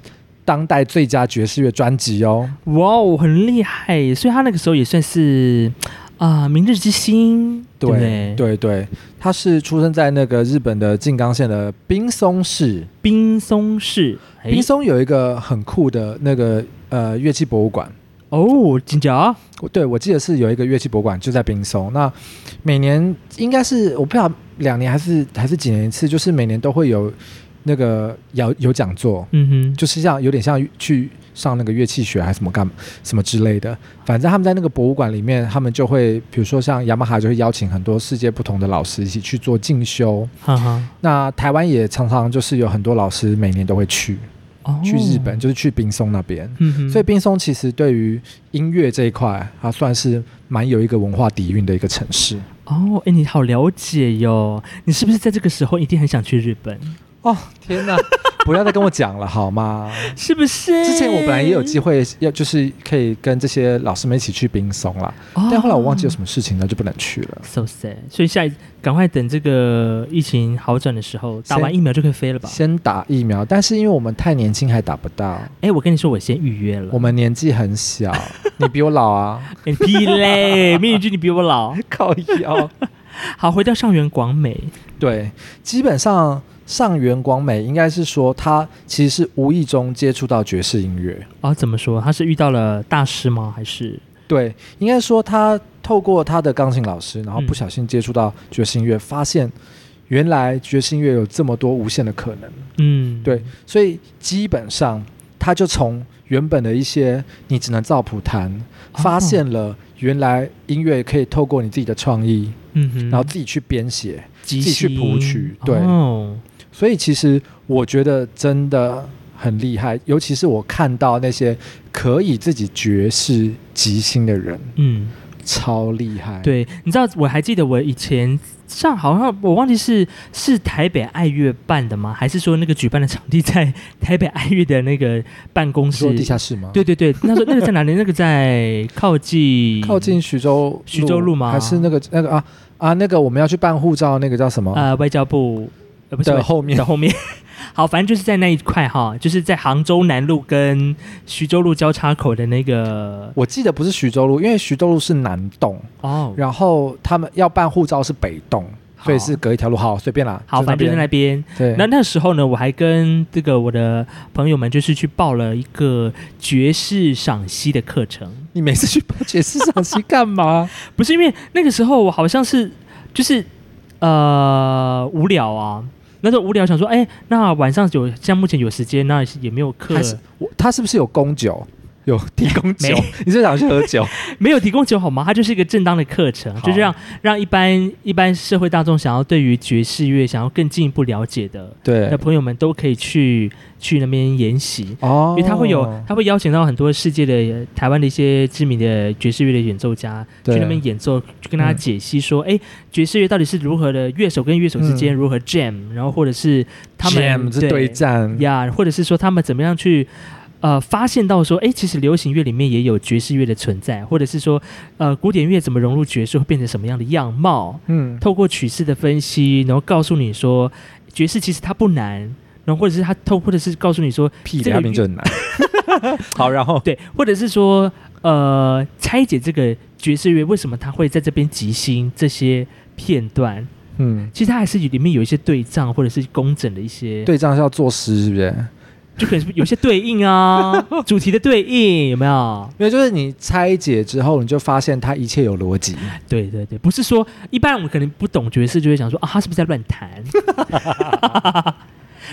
S2: 当代最佳爵士乐专辑哦。
S1: 哇哦，很厉害！所以他那个时候也算是啊、明日之星，对不
S2: 对对对，他是出生在那个日本的静冈县的滨松市。
S1: 冰松市，哎
S2: 滨松有一个很酷的那个呃乐器博物馆，
S1: 哦，金角，
S2: 我对我记得是有一个乐器博物馆就在冰松。那每年应该是我不知道两年还是还是几年一次，就是每年都会有那个有有讲座，
S1: 嗯哼，
S2: 就是像有点像去上那个乐器学还是什么干嘛什么之类的。反正他们在那个博物馆里面，他们就会比如说像雅马哈就会邀请很多世界不同的老师一起去做进修。
S1: 哈哈，
S2: 那台湾也常常就是有很多老师每年都会去
S1: 哦，
S2: 去日本，，就是去冰松那边。
S1: 嗯哼，
S2: 所以冰松其实对于音乐这一块，它算是蛮有一个文化底蕴的一个城市
S1: 哦，哎，你好了解哟，你是不是在这个时候一定很想去日本？
S2: 哦。天 哪，不要再跟我讲了好吗？
S1: 是不是？
S2: 之前我本来也有机会要，就是可以跟这些老师们一起去冰松啦，
S1: 哦
S2: 但后来我忘记有什么事情了，就不能去了。
S1: So sad，所以下一赶快等这个疫情好转的时候，打完疫苗就可以飞了吧？
S2: 先打疫苗，但是因为我们太年轻还打不到，
S1: 哎、我跟你说，我先预约了。
S2: 我们年纪很小，你比我老啊，
S1: 哎屁嘞，命运君你比我老。
S2: 靠腰。
S1: 好，回到上元广美，
S2: 对，基本上上原广美应该是说他其实是无意中接触到爵士音乐，
S1: 哦，怎么说？他是遇到了大师吗？还是
S2: 对，应该说他透过他的钢琴老师，然后不小心接触到爵士音乐，发现原来爵士音乐有这么多无限的可能。
S1: 嗯，
S2: 对，所以基本上他就从原本的一些你只能照谱弹，发现了原来音乐可以透过你自己的创意，
S1: 嗯哼，
S2: 然后自己去编写。
S1: 即
S2: 自己去
S1: 兴
S2: 谱曲对
S1: 哦，
S2: 所以其实我觉得真的很厉害，尤其是我看到那些可以自己爵士即兴的人，
S1: 嗯，
S2: 超厉害。。
S1: 对，你知道我还记得我以前上好像我忘记是是台北爱乐办的吗？还是说那个举办的场地在 台北爱乐的那个办公
S2: 你说
S1: 室
S2: 地？下室吗？
S1: 对对对，那时候那个在哪里？那个在靠近
S2: 靠近徐州
S1: 徐州路吗
S2: 还是那个那个啊啊那个我们要去办护照那个叫什么？
S1: 呃外交部呃不是
S2: 的
S1: 外
S2: 后面
S1: 的后面。 好，反正就是在那一块哈，就是在杭州南路跟徐州路交叉口的那个
S2: 我记得不是徐州路，因为徐州路是南栋，
S1: 哦，
S2: 然后他们要办护照是北栋，
S1: 好
S2: 所以是隔一条路，好随便啦。
S1: 好，反正就在那
S2: 边
S1: 边。
S2: 对，
S1: 那那时候呢，我还跟这个我的朋友们就是去报了一个爵士赏析的课程，
S2: 你每次去报爵士赏析干嘛？
S1: 不是因为那个时候我好像是就是呃无聊啊。那时候无聊，想说，哎、那晚上有像目前有时间，那也没有课
S2: 还，是我他是不是有供酒？有提供酒
S1: 没？
S2: 你是想去喝 酒？
S1: 没有提供酒好吗？它就是一个正当的课程，
S2: 好
S1: 就是让让一般一般社会大众想要对于爵士乐想要更进一步了解的
S2: 对
S1: 的，朋友们，都可以去去那边研习。
S2: 哦
S1: 因为他会有，他会邀请到很多世界的呃台湾的一些知名的爵士乐的演奏家去
S2: 对
S1: 那边演奏，去跟大家
S2: 嗯
S1: 解析说，哎、爵士乐到底是如何的，乐手跟乐手之间如何 jam，、然后或者是他们
S2: Jam 是对战，
S1: 呀或者是说他们怎么样去。呃，发现到说，哎，其实流行乐里面也有爵士乐的存在，或者是说，呃，古典乐怎么融入爵士会变成什么样的样貌？
S2: 嗯，
S1: 透过曲式的分析，然后告诉你说，爵士其实它不难，然后或者是他透，或者是告诉你说，
S2: 屁
S1: 这
S2: 的
S1: 个
S2: 他名就 很难。好，然后
S1: 对，或者是说，呃，拆解这个爵士乐为什么他会在这边即兴这些片段，
S2: 嗯，
S1: 其实它还是里面有一些对仗或者是工整的一些，，
S2: 对仗是要作诗，是不是？
S1: 就可能是有些对应 啊，主题的对应有没有？
S2: 因为就是你拆解之后，你就发现它一切有逻辑。
S1: 对对对，不是说一般我们可能不懂爵士就会想说啊，他是不是在乱弹？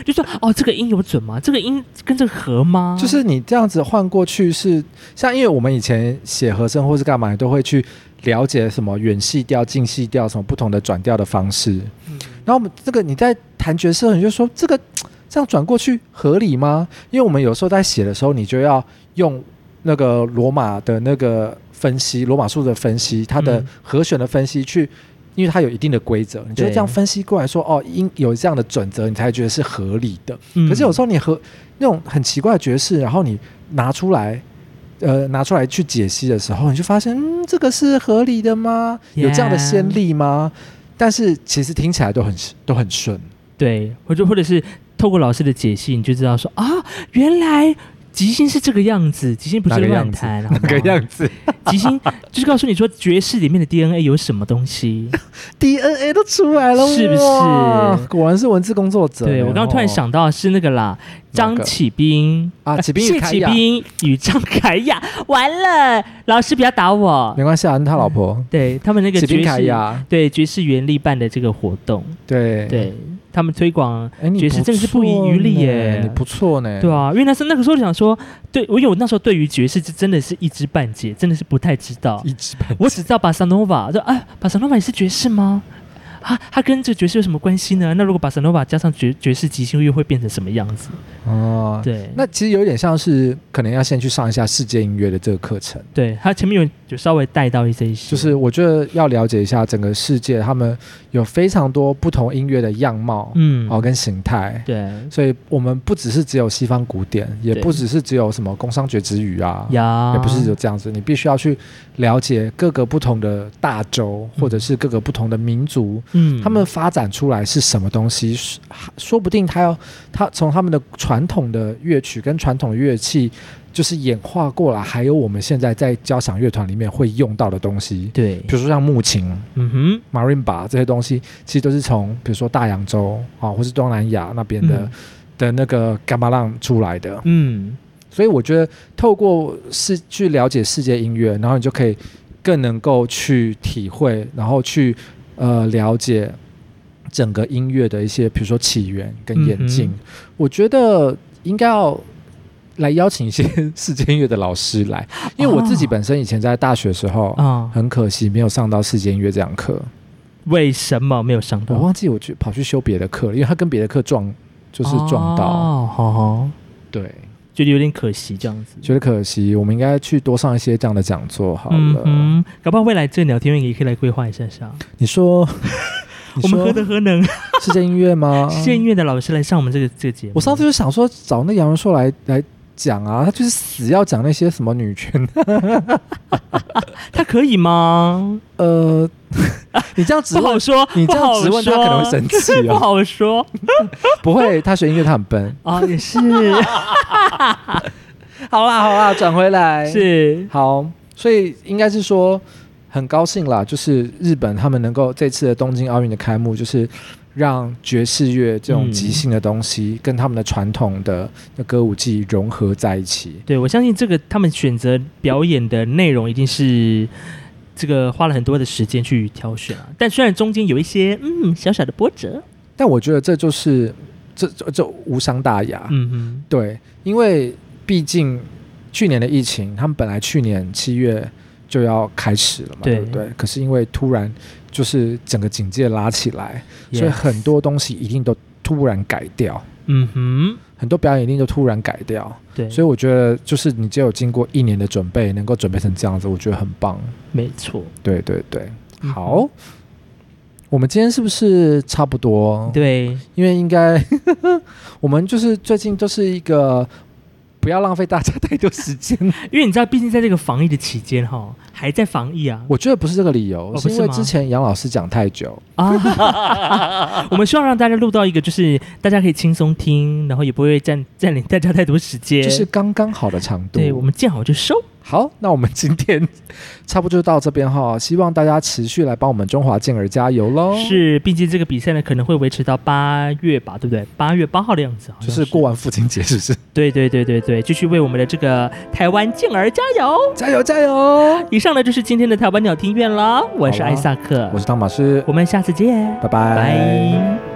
S1: 就说哦，这个音有准吗？这个音跟这个合吗？
S2: 就是你这样子换过去是像，因为我们以前写和声或是干嘛，都会去了解什么远细调、近细调，什么不同的转调的方式。
S1: 嗯
S2: 然后我们这个你在弹爵士的时候，你就说这个这样转过去合理吗？因为我们有时候在写的时候，你就要用那个罗马的那个分析，罗马数的分析，它的
S1: 嗯
S2: 和弦的分析去。因为它有一定的规则，你就
S1: 对
S2: 这样分析过来说，哦，应有这样的准则，你才觉得是合理的。
S1: 嗯
S2: 可是有时候你和那种很奇怪的爵士，然后你拿出来，呃，拿出来去解析的时候，你就发现，嗯，这个是合理的吗？有这样的
S1: Yeah
S2: 先例吗？但是其实听起来都很都很顺，
S1: 对，或者或者是透过老师的解析，你就知道说啊，原来即兴是这个样子，即兴不
S2: 哪
S1: 是
S2: 个
S1: 乱
S2: 样子？
S1: 弹，
S2: 哪个样 子
S1: 子？即兴就是告诉你说爵士里面的 DNA 有什么东西。
S2: 啊？DNA 都出来了，
S1: 是不是
S2: 哇果然是文字工作者。
S1: 对我刚刚突然
S2: 哦
S1: 想到是那个啦，
S2: 哪
S1: 张
S2: 个
S1: 启斌
S2: 啊
S1: 呃
S2: 启斌与
S1: 谢
S2: 凯
S1: 启
S2: 亚
S1: 斌与张凯亚，完了，老师不要打我
S2: 没。关系啊，那他老婆
S1: 对他们那嗯个
S2: 启
S1: 爵
S2: 宾凯
S1: 士，
S2: 亚，
S1: 对爵士原力办的这个活动，
S2: 对，
S1: 对他们推广。
S2: 哎，你
S1: 爵士
S2: 不
S1: 真的是不遗
S2: 错
S1: 余力
S2: 呢
S1: 耶
S2: 你不错呢。
S1: 对啊，因为那时候那个时候想说，对我有那时候对于爵士这真的是一知半解，真的是不太知道。
S2: 一直办
S1: 我只知道巴萨诺瓦，说啊，巴萨诺瓦也是爵士吗？啊，它跟这个爵士有什么关系呢？那如果巴萨诺瓦加上爵爵士即兴乐会变成什么样子？
S2: 哦，
S1: 对，
S2: 那其实有点像是可能要先去上一下世界音乐的这个课程，
S1: 对他前面有有稍微带到一些，
S2: 就是我觉得要了解一下整个世界，他们有非常多不同音乐的样貌，
S1: 嗯，
S2: 哦跟形态。
S1: 对
S2: 所以我们不只是只有西方古典，也
S1: 对
S2: 不只是只有什么工商爵之语啊，
S1: 呀，
S2: 也不是只有这样子。你必须要去了解各个不同的大洲，
S1: 嗯
S2: 或者是各个不同的民族，
S1: 嗯，
S2: 他们发展出来是什么东西？说说不定他要他从他们的传统的乐曲跟传统乐器，就是演化过来，还有我们现在在交响乐团里面会用到的东西，
S1: 对，
S2: 比如说像木琴、
S1: 嗯哼，
S2: marimba 这些东西，其实都是从比如说大洋洲啊，或是东南亚那边的、
S1: 嗯
S2: 的那个伽马浪出来的。
S1: 嗯，
S2: 所以我觉得透过世去了解世界音乐，然后你就可以更能够去体会，然后去呃了解整个音乐的一些，比如说起源跟演进。
S1: 嗯
S2: 我觉得应该要。来邀请一些世界音乐的老师来，因为我自己本身以前在大学的时候，
S1: 啊，
S2: 很可惜没有上到世界音乐这堂课，
S1: 为什么没有上
S2: 我
S1: 到？
S2: 忘记我去跑去修别的课了，因为他跟别的课撞，就是撞到，
S1: 哦，好好，
S2: 对，
S1: 觉得有点可惜这样子。
S2: 觉得可惜，我们应该去多上一些这样的讲座好了。
S1: 嗯哼，搞不好未来这个聊天会也可以来规划一下下。
S2: 你说， 你
S1: 我们何
S2: 说啊
S1: 德何能，？
S2: 世界音乐 吗
S1: 世界音乐的老师来上我们这个这个节目。
S2: 我上次就想说找那杨文硕来来讲啊，他就是死要讲那些什么女权，
S1: 他可以吗？
S2: 呃， 你这样质
S1: 不好
S2: 问，
S1: 说，
S2: 你这
S1: 不好
S2: 样质问他可能会
S1: 说
S2: 生气
S1: 不
S2: 哦。
S1: 好说
S2: 不会，他学音乐他很 笨。
S1: 啊，也 是
S2: 好啦好啦，转回来
S1: 是，
S2: 好，所以应该是说很高兴啦，就是日本他们能够这次的东京奥运的开幕，就是让爵士乐这种
S1: 嗯
S2: 即兴的东西、跟他们的传统的的歌舞伎融合在一起。
S1: 对我相信这个他们选择表演的内容一定是。这个花了很多的时间去挑选啊，但虽然中间有一些嗯小小的波折，
S2: 但我觉得这就是这这这无伤大雅，
S1: 嗯嗯，
S2: 对，因为毕竟去年的疫情，他们本来去年七月就要开始了嘛，
S1: 对
S2: 对不对？可是因为突然就是整个警戒拉起来，所以
S1: Yeah
S2: 很多东西一定都突然改掉，
S1: 嗯哼，
S2: 很多表演一定都突然改掉。
S1: 对，
S2: 所以我觉得，就是你只有经过一年的准备，能够准备成这样子，我觉得很棒。
S1: 没错，
S2: 对对对，
S1: 嗯哼
S2: 好。我们今天是不是差不多？
S1: 对，
S2: 因为应该 我们就是最近都是一个不要浪费大家太多时 间。
S1: 因为你知道，毕竟在这个防疫的期间哈，还在防疫啊，
S2: 我觉得不是这个理由，
S1: 哦
S2: 是因
S1: 不是
S2: 为
S1: 吗
S2: 之前杨老师讲太久，
S1: 啊， 我们希望让大家录到一个，就是大家可以轻松听，然后也不会占占领大家太多时间。
S2: 就是刚刚好的长度。
S1: 对我们见好就收。
S2: 好，那我们今天差不多就到这边哈，希望大家持续来帮我们中华健儿加油喽。。
S1: 是，毕竟这个比赛呢，可能会维持到八月吧，对不对？八月八号的样子，好
S2: 就
S1: 像
S2: 是过。完父亲节，是不是？
S1: 对对对对对，继续为我们的这个台湾健儿加油！
S2: 加油加油！
S1: 以上呢就是今天的台湾鸟听院了，我是
S2: 好啊
S1: 艾萨克
S2: 我，是汤马斯
S1: 我，们下次见，
S2: 拜拜
S1: 拜